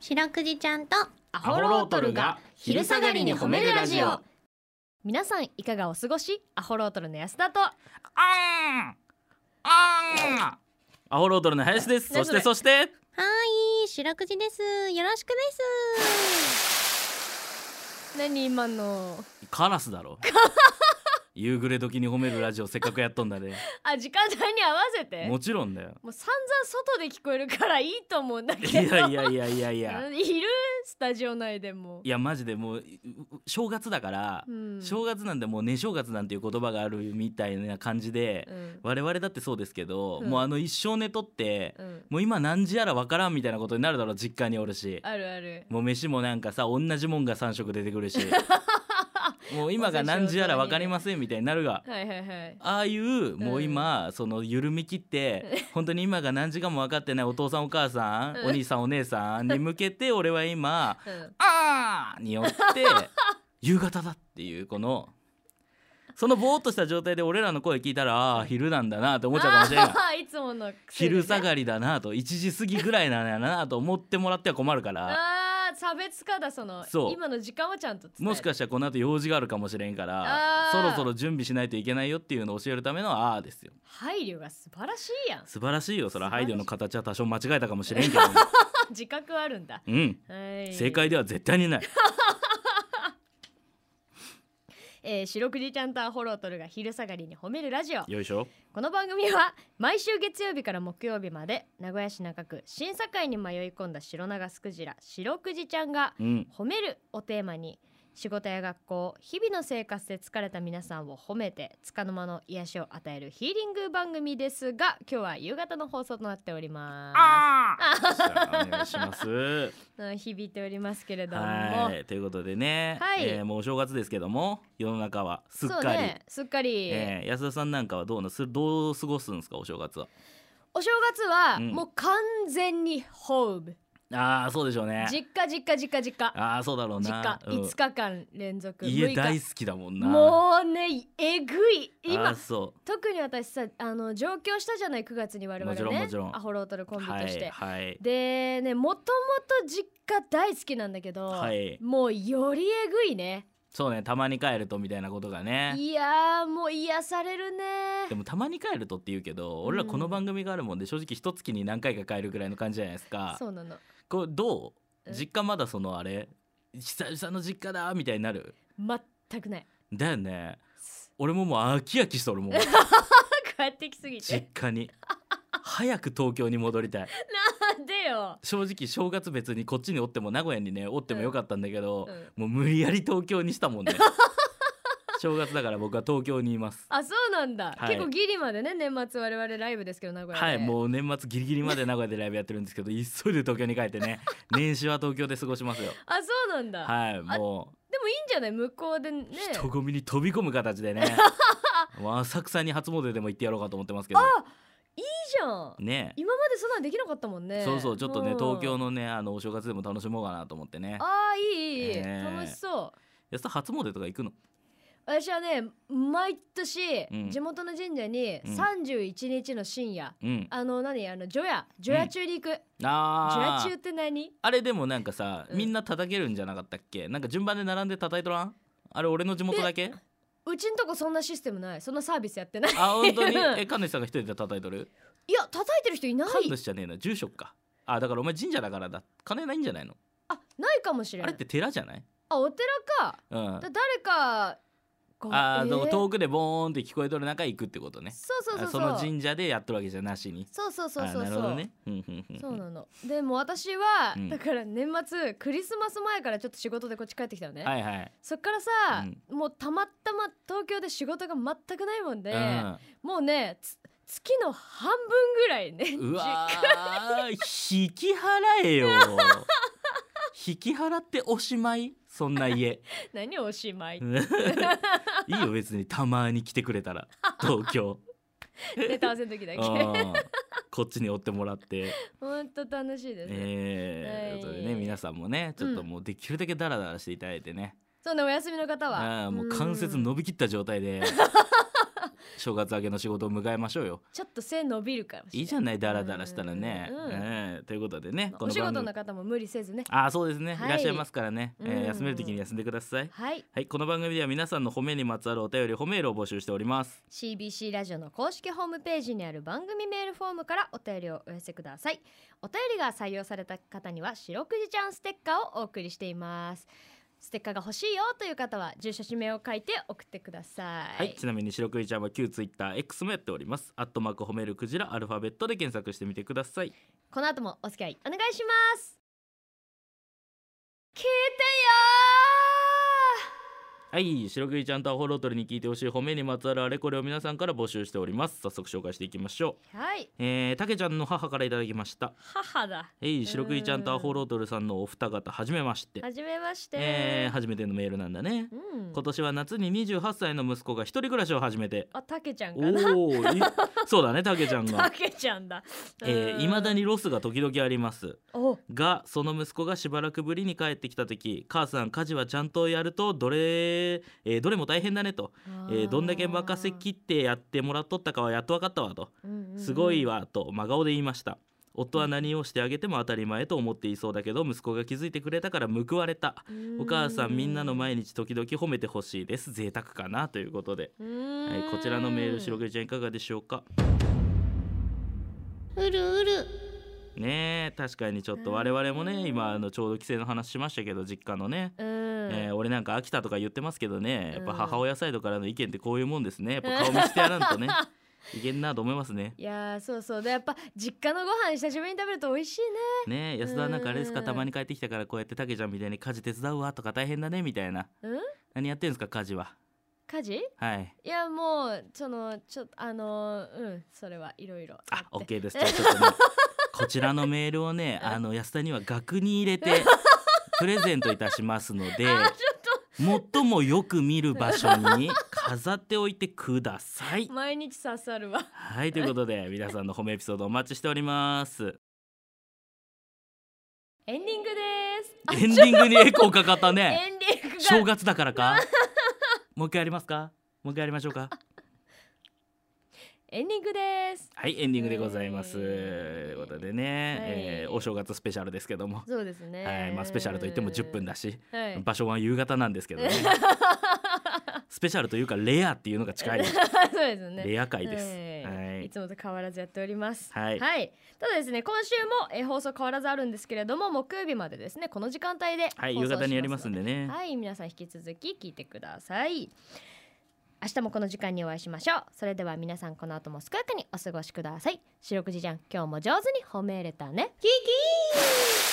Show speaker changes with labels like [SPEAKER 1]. [SPEAKER 1] 白くじちゃんと
[SPEAKER 2] ア
[SPEAKER 3] ホロートルが昼下がりに褒めるラジオ
[SPEAKER 2] 皆さんいかがお過ごしアホロートルの安田と
[SPEAKER 3] あんあんアホロートルの林です
[SPEAKER 2] 何そ
[SPEAKER 3] そし
[SPEAKER 2] れ
[SPEAKER 3] てそして
[SPEAKER 1] はい白くじですよろしくです
[SPEAKER 2] 何今の
[SPEAKER 3] カラスだろ夕暮れ時に褒めるラジオせっかくやっとんだね
[SPEAKER 2] あ時間帯に合わせても
[SPEAKER 3] もちろんだよ
[SPEAKER 2] う散々外で聞こえるからいいと思うんだけ
[SPEAKER 3] い
[SPEAKER 2] ど
[SPEAKER 3] やいやいやいやいや
[SPEAKER 2] いるスタジオ内でも
[SPEAKER 3] いやマジでもうう正月だから、
[SPEAKER 2] うん
[SPEAKER 3] 正月なんでもうね正月なんていう言葉があるみたいな感じで
[SPEAKER 2] う、ん
[SPEAKER 3] 我々だってそうですけど、
[SPEAKER 2] うん
[SPEAKER 3] もうあの一生寝とって、
[SPEAKER 2] うん
[SPEAKER 3] もう今何時やらわからんみたいなことになるだろう実家におるし
[SPEAKER 2] あるある
[SPEAKER 3] もう飯もなんかさ同じもんが3食出てく るしもう今が何時やら分かりませんみたいになるが
[SPEAKER 2] はいはいはい
[SPEAKER 3] ああいうもう今、その緩み切って本当に今が何時間も分かってないお父さんお母さん
[SPEAKER 2] うん
[SPEAKER 3] お兄さんお姉さんに向けて俺は今
[SPEAKER 2] うん
[SPEAKER 3] 「あー」に よって夕方だっていうこのそのぼーっとした状態で俺らの声聞いたらああー昼なんだなって思っちゃうかもしれ ない。
[SPEAKER 2] あーいつもの癖でね
[SPEAKER 3] 昼下がりだなと1時過ぎぐらいなんやなと思ってもらっては困るから
[SPEAKER 2] あー差別化だその
[SPEAKER 3] そう
[SPEAKER 2] 今の時間をちゃんと伝える
[SPEAKER 3] もしかしたらこの後用事があるかもしれんから
[SPEAKER 2] あー
[SPEAKER 3] そろそろ準備しないといけないよっていうのを教えるためのああですよ
[SPEAKER 2] 配慮が素晴らしいやん
[SPEAKER 3] 素晴らしいよそれは
[SPEAKER 2] 素晴ら
[SPEAKER 3] 配
[SPEAKER 2] しい
[SPEAKER 3] 慮の形は多少間違えたかもしれ んけども
[SPEAKER 2] 自覚あるんだ
[SPEAKER 3] うん
[SPEAKER 2] はい
[SPEAKER 3] 正解では絶対にない
[SPEAKER 2] えー、白くじちゃんとアホロートルが昼下がりに褒めるラジオ
[SPEAKER 3] よいしょ
[SPEAKER 2] この番組は毎週月曜日から木曜日まで名古屋市中区審査会に迷い込んだ白長スクジラ白くじちゃんが
[SPEAKER 3] うん
[SPEAKER 2] 褒めるをテーマに仕事や学校日々の生活で疲れた皆さんを褒めて束の間の癒しを与えるヒーリング番組ですが今日は夕方の放送となっておりま
[SPEAKER 3] じゃあお願いします
[SPEAKER 2] すうん響いておりますけれ ども
[SPEAKER 3] はいということでね、
[SPEAKER 2] はい
[SPEAKER 3] えーもうお正月ですけども世の中はすっか
[SPEAKER 2] そう
[SPEAKER 3] り、
[SPEAKER 2] ねすっかり、
[SPEAKER 3] えー安田さんなんかはどうのすどう過ごすんですかお正月は
[SPEAKER 2] お正月は
[SPEAKER 3] うん
[SPEAKER 2] もう完全にホーム、
[SPEAKER 3] ああそうでしょうね
[SPEAKER 2] 実家実家実家実家
[SPEAKER 3] ああそうだろう
[SPEAKER 2] 実
[SPEAKER 3] な
[SPEAKER 2] 家、
[SPEAKER 3] うん
[SPEAKER 2] 5日間連続
[SPEAKER 3] 家大
[SPEAKER 2] 6
[SPEAKER 3] 好きだもん
[SPEAKER 2] 日
[SPEAKER 3] な
[SPEAKER 2] もうねえぐい
[SPEAKER 3] あー
[SPEAKER 2] 今
[SPEAKER 3] そ
[SPEAKER 2] 特に私さあの上京したじゃない9月に我々ね
[SPEAKER 3] もちろんもちろん
[SPEAKER 2] アホロートルコン
[SPEAKER 3] う
[SPEAKER 2] ビとして、
[SPEAKER 3] はい
[SPEAKER 2] でねもともと実家大好きなんだけど、
[SPEAKER 3] はい
[SPEAKER 2] もうよりえぐいね
[SPEAKER 3] そうねたまに帰るとみたいなことがね
[SPEAKER 2] いやーもう癒されるね
[SPEAKER 3] でもたまに帰るとって言うけど俺らこの番組があるもんで正直一月に何回か帰るぐらいの感じじゃないですか
[SPEAKER 2] そうなの
[SPEAKER 3] これど
[SPEAKER 2] うん
[SPEAKER 3] う実家まだそのあれ久々の実家だみたいになる
[SPEAKER 2] 全くない
[SPEAKER 3] だよね俺ももう飽き飽きし とるもん
[SPEAKER 2] 帰ってきすぎ
[SPEAKER 3] 実
[SPEAKER 2] て
[SPEAKER 3] 家に早く東京に戻りたい
[SPEAKER 2] なんでよ、
[SPEAKER 3] 正直正月別にこっちにおっても名古屋にねおってもよかったんだけど、
[SPEAKER 2] うん
[SPEAKER 3] もう無理やり東京にし たもんね正月だから僕は東京にいます
[SPEAKER 2] あそうなんだ、
[SPEAKER 3] はい
[SPEAKER 2] 結構ギリまでね年末我々ライブですけど名古屋
[SPEAKER 3] はい
[SPEAKER 2] でう
[SPEAKER 3] もう年末ギリギリまで名古屋でライブやってるんですけ ど急いで東京に帰ってね年始は東京で過ごしますよ
[SPEAKER 2] あそうなんだ、
[SPEAKER 3] はいも
[SPEAKER 2] でもいいんじゃない向こうでね
[SPEAKER 3] う人混みに飛び込む 形でねもう浅草に初詣でも行ってやろうかと思ってますけど
[SPEAKER 2] いいじゃん
[SPEAKER 3] ね
[SPEAKER 2] 今までそんなんできなかったもんね
[SPEAKER 3] そうそうちょっとね、
[SPEAKER 2] ん
[SPEAKER 3] 東京のねあのお正月でも楽しもうかなと思ってね
[SPEAKER 2] あーいいいい、
[SPEAKER 3] えー
[SPEAKER 2] 楽しそう
[SPEAKER 3] 安田初詣とか行くの
[SPEAKER 2] 私はね毎年、
[SPEAKER 3] うん
[SPEAKER 2] 地元の神社に
[SPEAKER 3] うん
[SPEAKER 2] 31日の深夜、
[SPEAKER 3] うん
[SPEAKER 2] あの何あの除夜除夜中に行く、除夜
[SPEAKER 3] あ
[SPEAKER 2] 中
[SPEAKER 3] ー
[SPEAKER 2] って何
[SPEAKER 3] あれでもなんかさ、
[SPEAKER 2] うん
[SPEAKER 3] みんな叩けるんじゃなかったっけなんか順番で並んで叩いとらんあれ俺の地元だけ
[SPEAKER 2] うちんとこそんなシステムないそんなサービスやってない
[SPEAKER 3] あ本当に
[SPEAKER 2] うん
[SPEAKER 3] え神主さんが一人で叩いとる
[SPEAKER 2] いや叩いてる人いない
[SPEAKER 3] 神主じゃねえな住職かあだからお前神社だからだ金ないんじゃないの
[SPEAKER 2] あないかもしれ
[SPEAKER 3] あ
[SPEAKER 2] な
[SPEAKER 3] れ
[SPEAKER 2] い
[SPEAKER 3] って寺じゃない
[SPEAKER 2] あお寺か
[SPEAKER 3] うんあ
[SPEAKER 2] だ誰かがえ
[SPEAKER 3] ー
[SPEAKER 2] ー
[SPEAKER 3] どう遠くでボーンって聞こえとる中行くってことね
[SPEAKER 2] そうそうそうそう
[SPEAKER 3] あその神社でやっとるわけじゃなしに
[SPEAKER 2] そうそうそうそう
[SPEAKER 3] あなる
[SPEAKER 2] そ
[SPEAKER 3] ほ
[SPEAKER 2] う、
[SPEAKER 3] どねうんうんうん
[SPEAKER 2] そうなのでも私は、
[SPEAKER 3] うん
[SPEAKER 2] だから年末クリスマス前からちょっと仕事でこっち帰ってきたのね、
[SPEAKER 3] はいはい、
[SPEAKER 2] そっからさ、もうたまたま東京で仕事が全くないもんで、もうねつ月の半分ぐらいね
[SPEAKER 3] うん、う
[SPEAKER 2] じ
[SPEAKER 3] わー引き払え よ引き払っておしまいそんな家
[SPEAKER 2] 何おしまい、
[SPEAKER 3] いいよ別にたまに来てくれたら 東京
[SPEAKER 2] ネタ合わせの時だけ
[SPEAKER 3] うんこっちにおってもらって
[SPEAKER 2] ほんと楽しいです、
[SPEAKER 3] えー
[SPEAKER 2] はい
[SPEAKER 3] ということでね皆さんもねちょっともうできるだけダラダラしていただいてね、
[SPEAKER 2] そうねお休みの方は
[SPEAKER 3] あーもう関節伸びきった状態で正月明けの仕事を迎えましょうよ。
[SPEAKER 2] ちょっと背伸びるかもしれない
[SPEAKER 3] いじゃないダラダラしたらね。
[SPEAKER 2] うん
[SPEAKER 3] ええということでね
[SPEAKER 2] まあお仕事の
[SPEAKER 3] 組
[SPEAKER 2] 方も無理せずね
[SPEAKER 3] ああそうですね、
[SPEAKER 2] はい
[SPEAKER 3] い、らっしゃいますからね、え
[SPEAKER 2] うん
[SPEAKER 3] ー休める時に休んでください。
[SPEAKER 2] はい
[SPEAKER 3] はいこの番組では皆さんの褒めにまつわるお便り褒めールを募集しております。
[SPEAKER 2] CBC ラジオの公式ホームページにある番組メールフォームからお便りをお寄せくださいお便りが採用された方には白くじちゃんステッカーをお送りしていますステッカーが欲しいよという方は住所氏名を書いて送ってください、
[SPEAKER 3] はい、ちなみに白クイちゃんは旧ツイッター X もやっております。アットマーク褒めるクジラアルファベットで検索してみてください。
[SPEAKER 2] この後もお付き合いお願いします聞いてよ
[SPEAKER 3] はい、白クイちゃんとアホロートルに聞いてほしい褒めにまつわるあれこれを皆さんから募集しております。早速紹介していきましょう。
[SPEAKER 2] ーはい
[SPEAKER 3] えー、たけちゃんの母からいただきました。
[SPEAKER 2] 母だ
[SPEAKER 3] えい、白クイちゃんとアホロートルさんのお二方、はじめまして。
[SPEAKER 2] はじめまして、
[SPEAKER 3] えー、初めてのメールなんだね。
[SPEAKER 2] うん
[SPEAKER 3] 今年は夏に28歳の息子が一人暮らしを始めて。
[SPEAKER 2] あたけちゃん
[SPEAKER 3] お
[SPEAKER 2] かな
[SPEAKER 3] おー、い そうだね、たけちゃん
[SPEAKER 2] た
[SPEAKER 3] が。
[SPEAKER 2] けちゃんだ
[SPEAKER 3] え
[SPEAKER 2] うん
[SPEAKER 3] ー、未だにロスが時々あります。
[SPEAKER 2] お
[SPEAKER 3] がその息子がしばらくぶりに帰ってきた時「母さん家事はちゃんとやるとどれ,、えーどれも大変だね」と、えーどんだけ任せきってやってもらっとったかはやっと分かったわ」と「すごい
[SPEAKER 2] わ
[SPEAKER 3] わ」と真顔で言いました。夫は何をしてあげても当たり前と思っていそうだけど息子が気づいてくれたから報われたお母さんみんなの毎日時々褒めてほしいです贅沢かなということで、は、
[SPEAKER 2] はい
[SPEAKER 3] こちらのメール白毛ちゃんいかがでしょうか
[SPEAKER 1] うるうる
[SPEAKER 3] ねえ確かにちょっと我々も
[SPEAKER 2] うん
[SPEAKER 3] ね今あのちょうど帰省の話しましたけど実家のね
[SPEAKER 2] うん、
[SPEAKER 3] えー俺なんか飽きたとか言ってますけどねやっぱ
[SPEAKER 2] うん
[SPEAKER 3] 母親サイドからの意見ってこういうもんですねやっぱ顔見してやらんとねいけんなと思いますね
[SPEAKER 2] いやーそうそうでやっぱ実家のご飯久しぶりに食べると美味しいね
[SPEAKER 3] ね安田はなんかあれですか
[SPEAKER 2] うん
[SPEAKER 3] たまに帰ってきたからこうやってたけちゃんみたいに家事手伝うわとか大変だねみたいな
[SPEAKER 2] うん
[SPEAKER 3] 何やってんですか家事は
[SPEAKER 2] 家事
[SPEAKER 3] はい
[SPEAKER 2] いやもうそのちょっとあのーうんそれはいろいろ
[SPEAKER 3] あ
[SPEAKER 2] って
[SPEAKER 3] OK ですじゃあちょっとねこちらのメール をねあの安田には額に入れてプレゼントいたしますので最もよく見る場所 に飾っておいてください
[SPEAKER 2] 毎日刺さるわ
[SPEAKER 3] はいということで皆さんの褒めエピソードお待ちしております
[SPEAKER 2] エンディングですあ
[SPEAKER 3] エンディングにエコーかかったね
[SPEAKER 2] エンディングが
[SPEAKER 3] 正月だからかもう一回やりますかもう一回やりましょうか
[SPEAKER 2] エンディングです
[SPEAKER 3] はいエンディングでございます、
[SPEAKER 2] えー
[SPEAKER 3] ということでね、
[SPEAKER 2] はい
[SPEAKER 3] えーお正月スペシャルですけども、
[SPEAKER 2] そうですね
[SPEAKER 3] はいまあ、スペシャルといっても10分だ
[SPEAKER 2] し、
[SPEAKER 3] し、
[SPEAKER 2] はい、
[SPEAKER 3] 場所は夕方なんですけ どねスペシャルというかレアっていうのが近い
[SPEAKER 2] そうですね
[SPEAKER 3] レア回です、
[SPEAKER 2] はい
[SPEAKER 3] はい
[SPEAKER 2] いつもと変わらずやっております。
[SPEAKER 3] はい
[SPEAKER 2] ただですね、今週も、えー放送変わらずあるんですけれども、木曜日までですね、この時間帯で
[SPEAKER 3] はい、夕方にやりますん
[SPEAKER 2] で、
[SPEAKER 3] でね、
[SPEAKER 2] はい、皆さん引き続き聞いてください。明日もこの時間にお会いしましょう。それでは皆さんこの後も健やかにお過ごしください。白くじちゃん、今日も上手に褒めれたね。キキー